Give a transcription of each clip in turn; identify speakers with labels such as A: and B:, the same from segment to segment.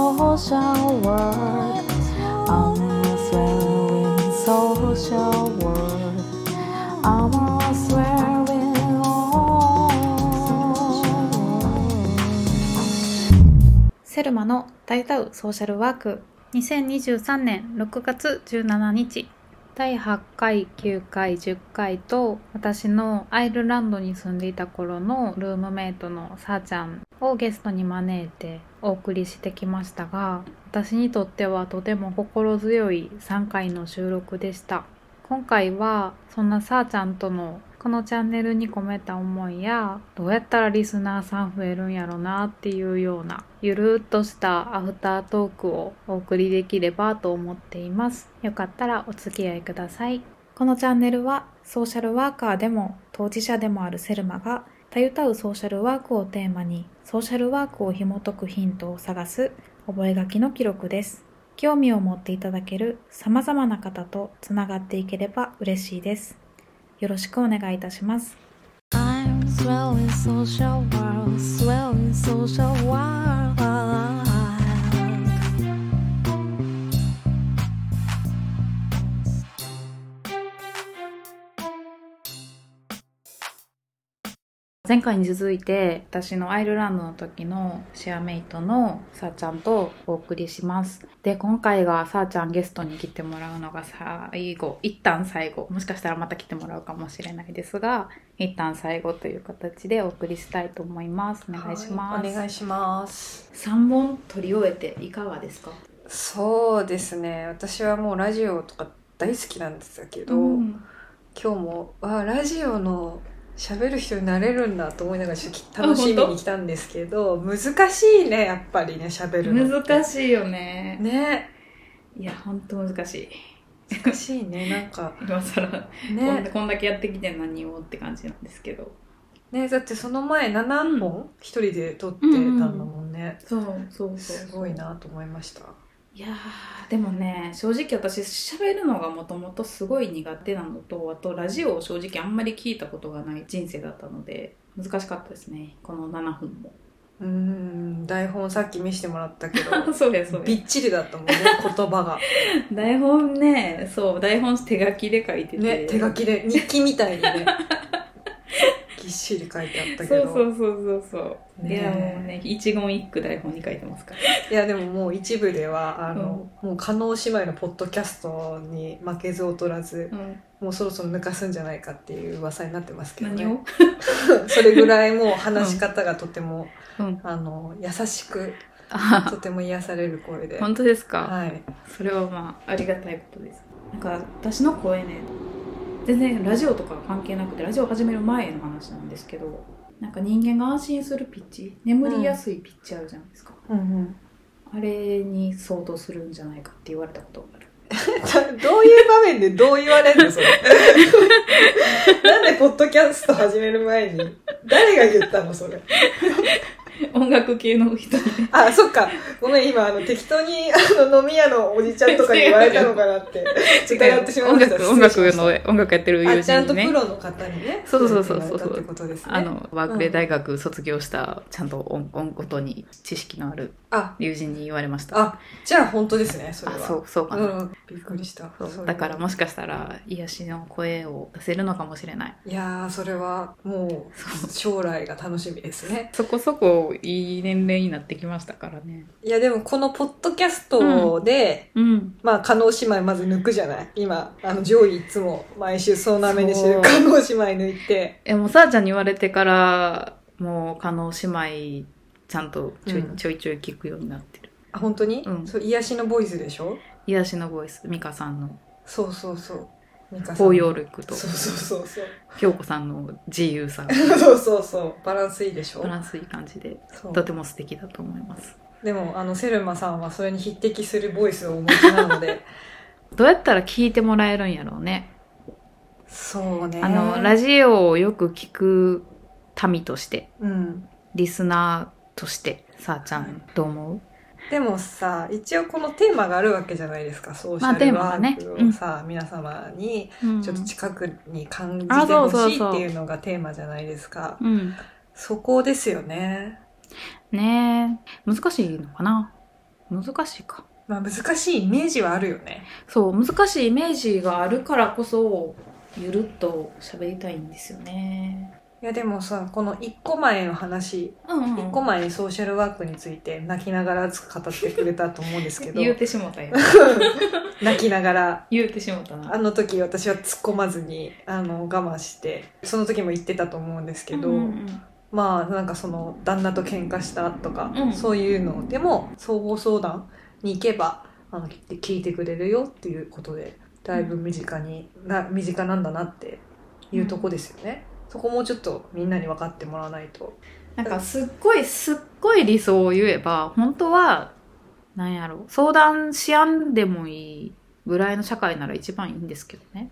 A: social world. I'm a swearing social world. I'm a swearing world.
B: セルマの大タウソーシャルワーク2023年6月17日第8回9回10回と私のアイルランドに住んでいた頃のルームメイトのさあちゃんをゲストに招いてお送りしてきましたが私にとってはとても心強い3回の収録でした今回はそんなさあちゃんとのこのチャンネルに込めた思いやどうやったらリスナーさん増えるんやろなっていうようなゆるーっとしたアフタートークをお送りできればと思っていますよかったらお付き合いくださいこのチャンネルはソーシャルワーカーでも当事者でもあるセルマがたゆたうソーシャルワークをテーマにソーシャルワークを紐解くヒントを探す覚書の記録です興味を持っていただける様々な方とつながっていければ嬉しいですよろしくお願いいたします
A: I'm swelling social world, swelling social world.
B: Thank you 前回に続いて私のアイルランドの時のシェアメイトのさあちゃんとお送りしますで今回がさあちゃんゲストに来てもらうのが最後一旦最後もしかしたらまた来てもらうかもしれないですが一旦最後という形でお送りしたいと思いますお願いします、
C: はいお願いします
B: 3本取り終えていかがですか
C: そうですね私はもうラジオとか大好きなんですけど、今日もわあラジオの喋る人になれるんだと思いながらちょっと
B: あ
C: 楽しみ
B: 本当
C: に来たんですけど難しいねやっぱりね喋るの
B: 難
C: し
B: しいよね
C: ね
B: いや本当難しい
C: 難しいねなんか
B: 今更こん
C: ね
B: こんだけやってきて何をって感じなんですけど
C: ねだってその前7
B: う
C: 本一人で撮ってたんだもんね、
B: そうそう
C: すごいなと思いました
B: いやーでもね正直私喋るのがもともとすごい苦手なのとあとラジオを正直あんまり聞いたことがない人生だったので難しかったですねこの7分も
C: うーん台本さっき見せてもらったけど
B: そうや そう
C: び
B: や
C: っちりだったもんね言葉 が
B: 台本ねそう台本手書きで書いてて
C: ね、手書きで日記みたいにね ぎっしり書いてあったけ
B: そ
C: ど
B: うそうそうそうそう、
C: ね
B: いやもうね一言一句台本に書いてますから
C: いやでももう一部ではあの、もう加納姉妹のポッドキャストに負けず劣らず
B: うん、
C: もうそろそろ抜かすんじゃないかっていう噂になってますけど、
B: 何
C: ね、
B: を、
C: それぐらいもう話し方がとても、
B: うん、
C: あの優しくとても癒される声で。
B: 本当ですか、
C: はい、
B: それはまあありがたいことですなんか私の声ね全然ラジオとか関係なくてラジオ始める前の話なんですけどなんか人間が安心するピッチ眠りやすいピッチあるじゃないですか、
C: うん
B: あれに相当するんじゃないかって言われたこと があ
C: う
B: る
C: ん、どういう場面でどう言われるのそ れなんでポッドキャスト始める前に誰が言ったのそれ
B: 音楽系の人に
C: あ、そっか。ごめん、今、あの、適当に、あの、飲み屋のおじちゃんとかに言われたのかな って、疑ってしまいました。
B: 音楽
C: 失礼しまし
B: の音楽やってる
C: た
B: 友
C: あ、ちゃん
B: 人
C: と
B: に
C: プ
B: ね
C: ロの方にね、
B: そうそうそうそ
C: 言われ
B: う
C: たってことですね。
B: あのワーク
C: ーク
B: レ
C: レ
B: 大学卒業したちゃんと音音ごとに知識のある
C: あ、
B: 友人に言われました
C: あ、じゃあ本当ですね、それ
B: あ
C: は。
B: そうそうかな、
C: うん、びっくりした。
B: そ
C: そうう
B: だからもしかしたら癒しの声を出せるのかもしれない
C: いやー、それは、も、
B: そう
C: 将来が楽しみですね。
B: そこそこいい年齢になってきましたからね
C: いや、でも、このポッドキャストで、
B: うん
C: まあ、加納姉妹まず抜くじゃない今、あの、上位いつも毎週そうな目にしてる加納姉妹抜いて、
B: えもうさあちゃんに言われてからもう加納姉妹ちゃんとちょい,、
C: うん
B: ちょいちょい聞くようになってる
C: あ本当に、
B: うん
C: そう癒しのボイスでしょ
B: 癒しのボイス美香さんの
C: そうそうそう美香
B: 包容力と
C: そうそうそうそう
B: 京子さんの自由さ
C: そうそうそうバランスいいでしょ
B: バランスいい感じで
C: そう
B: とても素敵だと思います
C: でもあのセルマさんはそれに匹敵するボイスをお持ちなの で
B: どうやったら聞いてもらえるんやろうね
C: そうね
B: あのラ
C: ジ
B: ジオをよく聞く民として
C: うん
B: リスナーとしてさあちゃんどう思う
C: でもさ一応このテーマがあるわけじゃないですかソーシ
B: まあテ
C: ャ
B: ー
C: ル
B: マ
C: ワ
B: がね
C: ークをさ、皆様に
B: うん
C: ちょっと近くに感じて
B: あそう
C: ほ
B: そう
C: しい
B: そ
C: っ
B: う
C: ていうのがテーマじゃないですか
B: うん
C: そこですよね
B: ねえ難しいのかな
D: 難しいか
C: まあ難しいイメージはあるよね。
B: そう難しいイメージがあるからこそゆるっと喋りたいんですよね
C: いやでもさ、この一個前の話、
B: うん、
C: 一個前にソーシャルワークについて泣きながら熱く語ってくれたと思うんですけど、
B: 言うてしもた よ
C: 泣きながら、
B: 言うてしもたな
C: あの時私は突っ込まずに、あの、我慢して、その時も言ってたと思うんですけど、
B: うんうん
C: まあなんかその旦那と喧嘩したとか、
B: うん
C: そういうのでも総合相談に行けばあの聞いてくれるよっていうことでだいぶ身近に、な身近なんだなっていうとこですよね、そこもうちょっとみんなに分かってもらわないと
B: なんかすっごいすっごい理想を言えば本当はなんやろ相談しやんでもいいぐらいの社会なら一番いいんですけどね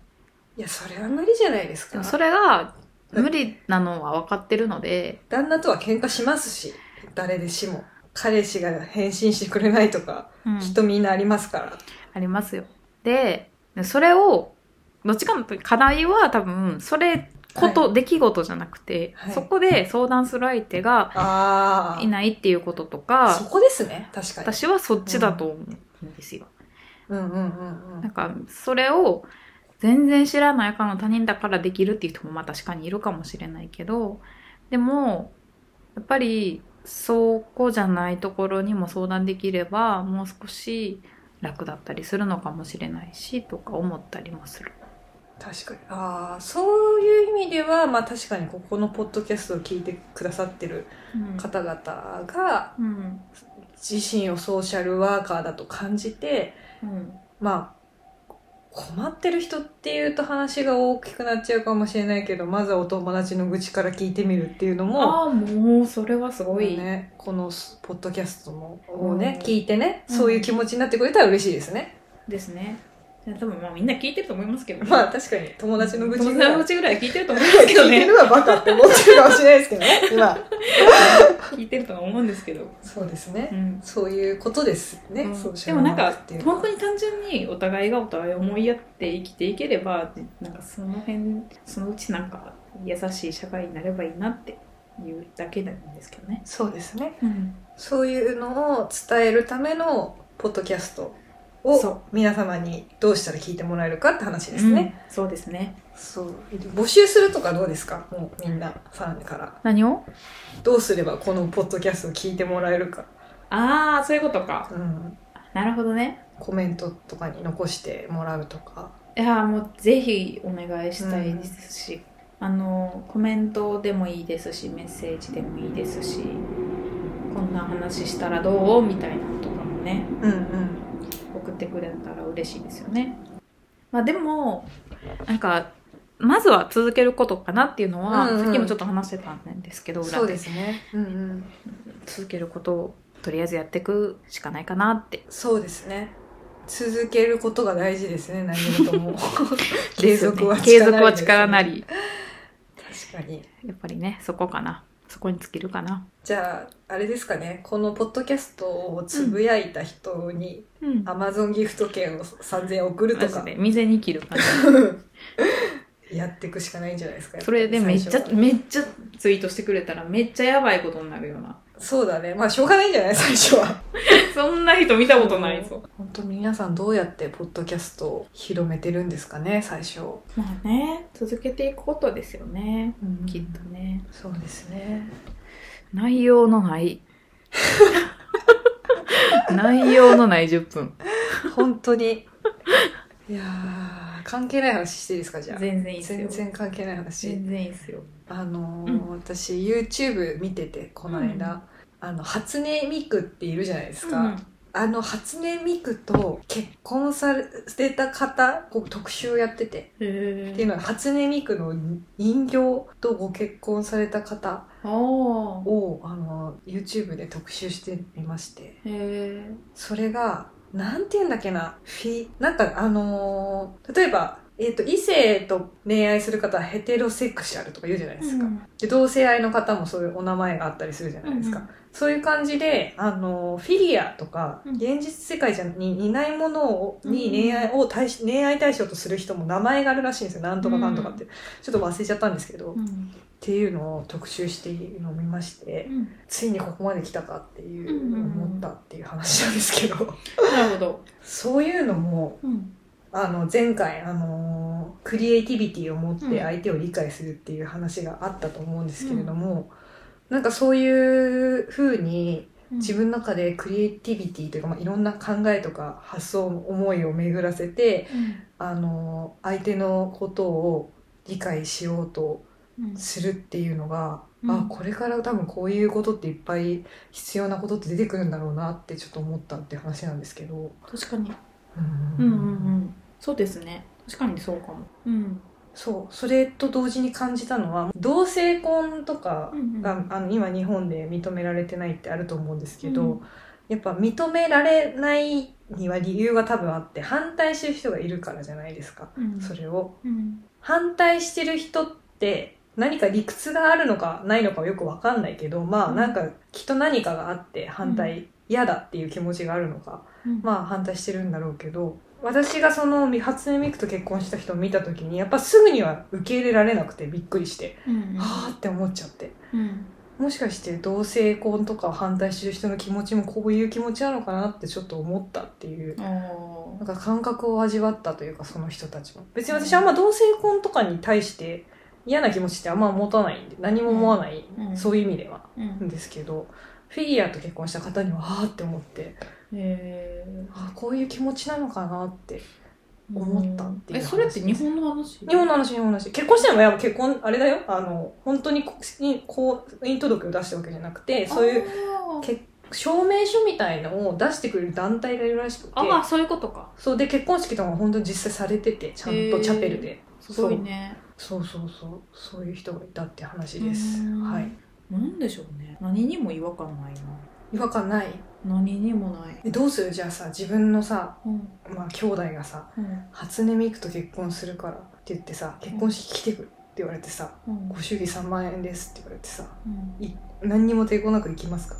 C: いやそれは無理じゃないですか
B: でもそれが無理なのは分かってるので
C: 旦那とは喧嘩しますし誰でしも彼氏が返信してくれないとか、
B: うん
C: きっとみんなありますから
B: ありますよ。で、それを、どっちかの課題は多分、それ、こと、出来事じゃなくて、
C: はい
B: そこで相談する相手が
C: あ
B: いないっていうことと
C: あそ
B: か、
C: こですね確かに
B: 私はそっちだと思うんですよ。
C: うんうんうんう
B: なん
C: ん
B: か、それを、全然知らない赤の他人だからできるっていう人もまあ確かにいるかもしれないけど、でも、やっぱり、そこじゃないところにも相談できれば、もう少し楽だったりするのかもしれないし、とか思ったりもする。
C: 確かにああそういう意味ではまあ確かにここのポッドキャストを聞いてくださってる方々が
B: うん
C: 自身をソーシャルワーカーだと感じて
B: うん
C: まあ困ってる人っていうと話が大きくなっちゃうかもしれないけどまずはお友達の愚痴から聞いてみるっていうのも、
B: ああもうそれはすごい、
C: ね、このポッドキャストもをね
B: うん
C: 聞いてね
B: うん
C: そういう気持ちになってくれたら嬉しいですね。
B: ですねいや多分まあみんな聞いてると思いますけどね、
C: まあ確かに友達の愚痴
B: 友達の愚痴ぐらい聞いてると思います
C: 聞
B: けど
C: いて
B: ね
C: るのはバカって思ってるかもしれないですけどね今。
B: 聞いてるとは思うんですけど、
C: そうですね
B: う。ん
C: そういうことですね。
B: うん
C: そう
B: でもなんか
C: っていうのは
B: 本当に単純にお互いがお互いを思いやって生きていければなんかその辺そのうちなんか優しい社会になればいいなっていうだけなんですけどね、
C: そうですね。
B: うん、
C: そういうのを伝えるためのポッドキャスト
B: そう
C: を皆様にどうしたら聞いてもらえるかって話ですね。
B: うんそうですね
C: そう。募集するとかどうですかもうみんなファンから。
B: 何を
C: どうすればこのポッドキャストを聞いてもらえるか。
B: ああそういうことか
C: うん。
B: なるほどね
C: コメントとかに残してもらうとか。
B: いやーもうぜひお願いしたいですし、あのコメントでもいいですしメッセージでもいいですしこんな話したらどうみたいなのとかもね
C: うんうん。
B: 送ってくれたら嬉しいですよね。まあ、でもなんかまずは続けることかなっていうのは、
C: うんうん
B: さっきもちょっと話してたんですけど裏
C: そうで
B: です
C: ね。うんうん。
B: 続けることをとりあえずやっていくしかないかなって
C: そうですね。続けることが大事ですね、何事 も。継
B: ですよね
C: 続は
B: 継
C: 力なりですね、
B: 続は力なり
C: 確かに。
B: やっぱりねそこかなそこに尽きるかな。
C: じゃあ、あれですかね、このポッドキャストをつぶやいた人に、
B: うん
C: アマゾンギフト券を3000円送る
B: マ
C: と
B: ジ
C: か
B: で、店に切る感 じ
C: やっていくしかないんじゃないですか。
B: それでめっち
C: 最
B: ゃ
C: 初は
B: めっちゃツイートしてくれたらめっちゃやばいことになるような
C: そうだね。まあ、しょうがないんじゃない最初は。
B: そんな人見たことないぞ
C: 本当皆さんどうやってポッドキャストを広めてるんですかね、最初。
B: まあね続けていくことですよねきっとね
C: そうですね。
B: 内容のない内容のない10分
C: 本当 に。いやー、関係ない話していいですか、じゃあ。
B: 全然いいですよ
C: 全然関係ない話。
B: 全然いいですよ
C: あのー
B: うん
C: 私 YouTube 見ててこの間、あの初音ミクっているじゃないですか、あの初音ミクと結婚された方こう特集をやってて
B: へ
C: っていう
B: え
C: のは初音ミクの人形とご結婚された方
B: おー
C: をあの YouTube で特集してみまして
B: へえ
C: それがなんて言うんだっけなフィなんかあのー例えばえっ、と、異性と恋愛する方はヘテロセクシャルとか言うじゃないですか。
D: うん
C: で、同性愛の方もそういうお名前があったりするじゃないですか。
D: うんうん
C: そういう感じで、あの、フィギュアとか、
D: うん
C: 現実世界じゃににないものを、
D: う
C: に
D: ん
C: 恋愛を対し、恋愛対象とする人も名前があるらしいんですよ。なんとかなんとかって。ちょっと忘れちゃったんですけど、
D: う
C: っ
D: ん
C: ていうのを特集しているのを見まして、
D: うん
C: ついにここまで来たかっていう、
D: うんうんうん
C: 思ったっていう話なんですけど、
B: なるほど。
C: そういうのも、
D: うん
C: あの前回、あのークリエイティビティを持っ
D: うん
C: て相手を理解するっていう話があったと思うんですけれども、なんかそういう風に自分の中でクリエイティビティというか、まあ、いろんな考えとか発想思いを巡らせて、あのー相手のことを理解しようと
D: うん
C: するっていうのが、
D: うん
C: あこれから多分こういうことっていっぱい必要なことって出てくるんだろうなってちょっと思ったっていう話なんですけど。
B: 確かに。
C: う
B: うんんうんうん。そうですね。確かにそうかも。うん。
C: そうそれと同時に感じたのは同性婚とか
D: うん
C: が、あの今日本で認められてないってあると思うんですけど、
D: うん
C: やっぱ認められないには理由が多分あって反対してる人がいるからじゃないですか、
D: うん
C: それを
D: うん
C: 反対してる人って何か理屈があるのかないのかはよくわかんないけどまあなんかきっと何かがあって反対、嫌だっていう気持ちがあるのか
D: うん
C: まあ反対してるんだろうけど私がその初音ミクと結婚した人を見た時にやっぱすぐには受け入れられなくてびっくりして、
D: うん
C: はあって思っちゃって
D: うん
C: もしかして同性婚とかを反対してる人の気持ちもこういう気持ちなのかなってちょっと思ったっていう
B: あ
C: なん
B: あ。
C: か感覚を味わったというかその人たちも別に私あんま同性婚とかに対して嫌な気持ちってあんま持たないんで何も思わない、
B: うん
C: そういう意味では
B: うん
C: んですけどフィギュアと結婚した方にははあって思って
B: へえ。
C: あこういう気持ちなのかなって思ったっていう話
B: え、それって日本の話
C: 日本の話、日本の話。結婚しても、やっぱ結婚、あれだよ。あの、本当に国に婚姻届を出したわけじゃなくて、そういう
B: う
C: 結証明書みたいのを出してくれる団体がいるらしくて、
B: ああ、そういうことか。
C: そうで、結婚式とかも本当に実際されてて、ちゃん
B: へ
C: と
B: ー
C: チャペルで。
B: すごいね。
C: そうそうそう、そういう人がいたって話です。
B: うん
C: はい。
B: なんでしょうね。何にも違和感ない
C: 違和感ない
B: な。何にもない。
C: えどうするじゃあさ、自分のさ、
B: うん。
C: まあ、兄弟がさ、
B: うん。
C: 初音ミクと結婚するからって言ってさ、結婚式来てくるって言われてさ、
B: うん
C: ご祝儀3万円ですって言われてさ、
B: うん
C: 何にも抵抗なく行きますか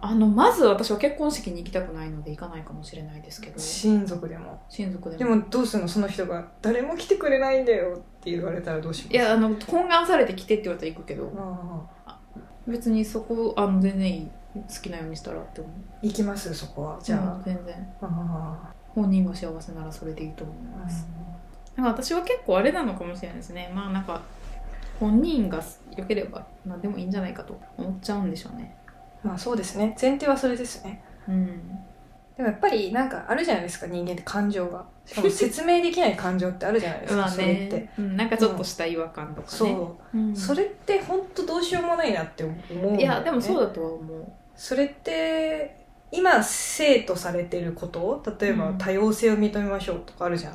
B: あの、まず私は結婚式に行きたくないので行かないかもしれないですけど、
C: 親族でも
B: 親族でも。
C: でもどうするのその人が「誰も来てくれないんだよ」って言われたらどうします
B: いや、あの、懇願されて来てって言われたら行くけど、
C: ああ
B: 別にそこ、あの、全然いい。好きなようにしたらって思う。
C: 行きますそこはじゃ
B: うん
C: あ、
B: 全然。
C: あ
B: 本人が幸せならそれでいいと思い
C: あ
B: ます。なんか私は結構あれなのかもしれないですね。まあなんか、本人が良ければ何でもいいんじゃないかと思っちゃうんでしょうね。
C: まあそうですね前提はそれですね
B: うん。
C: でもやっぱりなんかあるじゃないですか人間って感情がしかも説明できない感情ってあるじゃないですか、
B: まあ
C: それって
B: ね、うん、なんかちょっとした違和感とかね。。
C: そうう、それって本当どうしようもないなって思うんだよね、
B: いや、でもそうだとは思う。
C: それって今生とされてること例えば
B: うん
C: 多様性を認めましょうとかあるじゃん、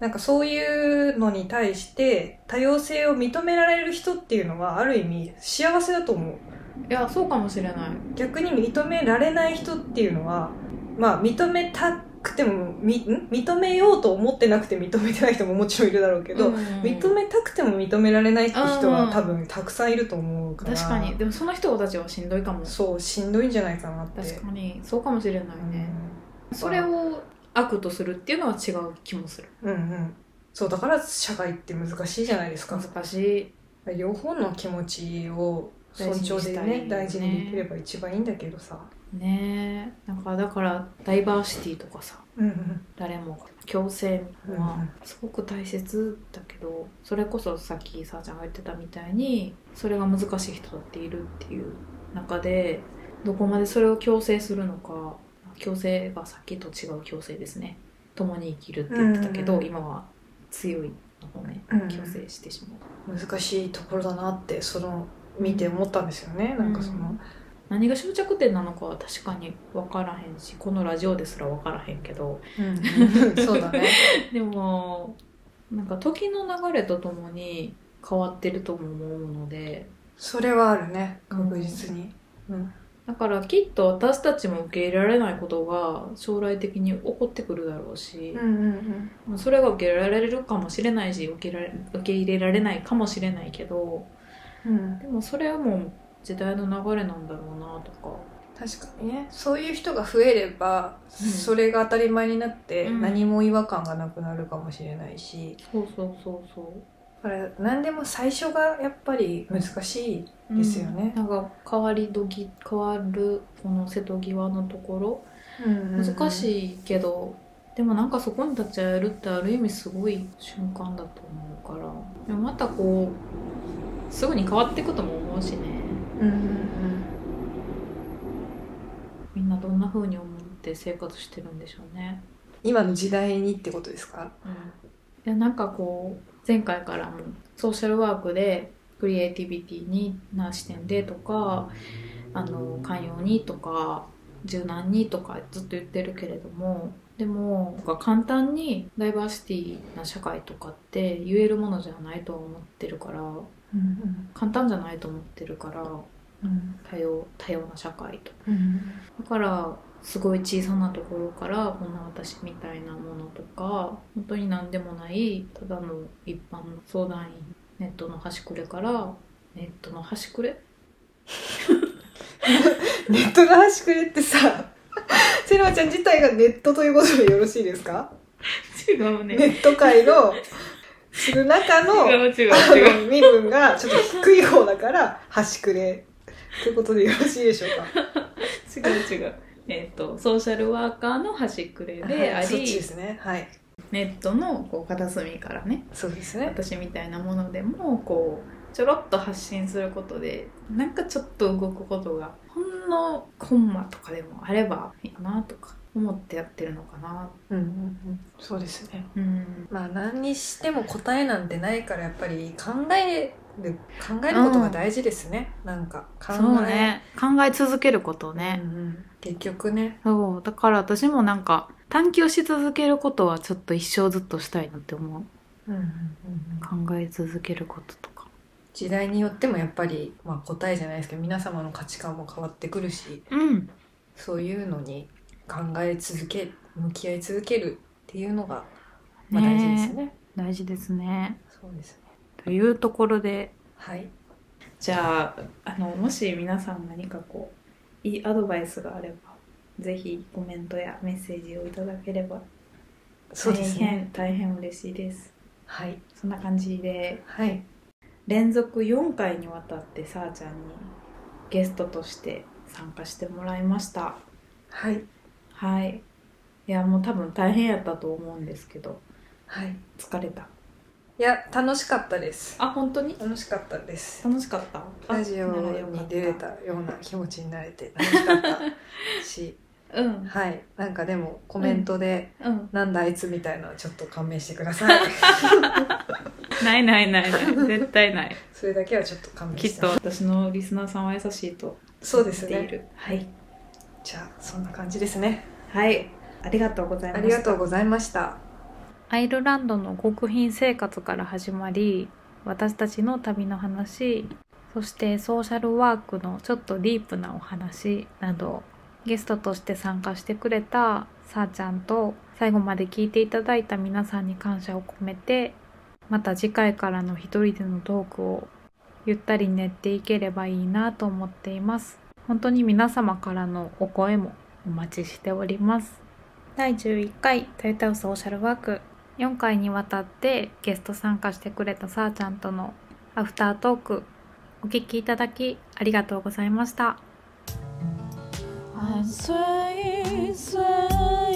C: なんかそういうのに対して多様性を認められる人っていうのはある意味幸せだと思う
B: いや、そうかもしれない。
C: 逆に認められない人っていうのはまあ認めたくてもみん認めようと思ってなくて認めてない人ももちろんいるだろうけど、
B: うんうんうん
C: 認めたくても認められないって人
B: う
C: は
B: ん
C: 多分たくさんいると思うから
B: 確かに。でもその人たちはしんどいかも。
C: そうしんどいんじゃないかなって
B: 確かに。そうかもしれないね。
C: うん
B: それを悪とするっていうのは違う気もする。
C: うんうんそうだから社会って難しいじゃないですか
B: 難しい。
C: 両方の気持ちを尊重でね大
B: 大
C: 事
B: 事
C: に
B: に
C: で
B: で
C: き
B: き
C: れ
B: れ
C: ば一番いいんだけどさ
B: ねえ。なんかだから、ダイバーシティとかさ、
C: うんうん
B: 誰もが共生
C: うんう
B: は
C: ん
B: すごく大切だけど、それこそさっきさあちゃんが言ってたみたいにそれが難しい人だっているっていう中でどこまでそれを強制するのか強制がさっきと違う強制ですね共に生きるって言ってたけど、
C: うん
B: 今は強いの方ね
C: うん
B: 強制してしまう、
C: 難しいところだなってその見て思ったんですよね、なんかその
B: 何が終着点なのかは確かに分からへんしこのラジオですら分からへんけど
C: うん、 そうだね
B: でもなんか時の流れとともに変わってるとも思うので
C: それはあるね確実に、うん
B: だからきっと私たちも受け入れられないことが将来的に起こってくるだろうし、
C: うんうん
B: まあそれが受け入れられるかもしれないし受けられ受け入れられないかもしれないけど
C: うんうん
B: でもそれはもう時代の流れなんだろうなとか、
C: 確かにねそういう人が増えれば、
B: うん
C: それが当たり前になって
B: うん
C: 何も違和感がなくなるかもしれないし、
B: そうそうそうそう
C: だから何でも最初がやっぱり難しいですよね
B: なんか変わり時変わるこの瀬戸際のところ難
C: い
B: しいけど、でもなんかそこに立ち会えるってある意味すごい瞬間だと思うからでもまたこうすぐに変わっていくとも思うしね
C: うんうん
B: みんなどんな風に思って生活してるんでしょうね。
C: 今の時代にってことですか
B: うん、いやなんかこう前回からもソーシャルワークでクリエイティビティにな視点でとかあの寛容にとか柔軟にとかずっと言ってるけれどもでもなんか簡単にダイバーシティな社会とかって言えるものじゃないと思ってるから
C: うん
B: 簡単じゃないと思ってるから
C: うん
B: 多様多様な社会と
C: うん
B: だからすごい小さなところからこんな私みたいなものとか本当に何でもないただの一般の相談員ネットの端くれからネットの端くれ
C: ネットの端くれって さセロちゃん自体がネットということでよろしいですか、
B: 違う
C: ネット界のする中の
B: う違
C: あの身分がちょっと低い方だから端くれということでよろしいでしょう
B: 違う 違うえっとソーシャルワーカーの端くれ
C: か
B: で
C: は
B: あ
C: い
B: り、
C: そっちですねはい
B: ネットのこう片隅からね
C: そうですね
B: 私みたいなものでもこうちょろっと発信することでなんかちょっと動くことがほんのコンマとかでもあればいいかなとか思ってやってるのかな
C: うんうんうんそうですね
B: うん
C: まあ何にしても答えなんてないからやっぱり考える考えることが大事ですね、なんか考え
B: そうね考え続けることね
C: う、んうん結局ね
B: そうだから私もなんか探求し続けることはちょっと一生ずっとしたいなって思う
C: うんうんうんうん
B: 考え続けることとか
C: 時代によってもやっぱり、まあ、答えじゃないですけど皆様の価値観も変わってくるし
B: うん
C: そういうのに考え続け向き合い続けるっていうのが、まあ、
B: ね
C: 大事ですね。
B: 大事ですね
C: そうですね
B: というところで
C: はい、
B: じゃああのもし皆さん何かこういいアドバイスがあればぜひコメントやメッセージをいただければ
C: そうで
B: 大
C: す
B: 変、
C: ね。
B: 大変嬉しいです
C: はい、
B: そんな感じで
C: はい、
B: 連続4回にわたってさあちゃんにゲストとして参加してもらいました
C: はい、
B: はいいやもう多分大変やったと思うんですけど
C: はい。
B: 疲れた
C: いや、楽しかったです。
B: あ本当に
C: 楽しかったです。
B: 楽しかったあ
C: ラジオ
B: ならよか
C: に
B: った
C: 出れたような気持ちになれて楽しかった し、
B: うん
C: はい、なんかでもコメントで、
B: うん
C: なんだあいつみたいなのちょっと勘弁してくださ い。
B: ないないない ない絶対ない
C: それだけはちょっと勘弁
B: き
C: し
B: ってと。私のリスナーさんは優しいと
C: そうです
B: 思ってい
C: ね。
B: る。はい。
C: じゃあ、そんな感じですね。
B: はい。ありがとうございま
C: あ
B: す。
C: りがとうございました。
D: アイルランドの極貧生活から始まり私たちの旅の話そしてソーシャルワークのちょっとディープなお話などゲストとして参加してくれたさあちゃんと最後まで聞いていただいた皆さんに感謝を込めてまた次回からの一人でのトークをゆったり練っていければいいなと思っています本当に皆様からのお声もお待ちしております第11回トヨタウソーシャルワーク4回にわたってゲスト参加してくれたさあちゃんとのアフタートークお聞きいただきありがとうございました。
E: I'm sway, sway.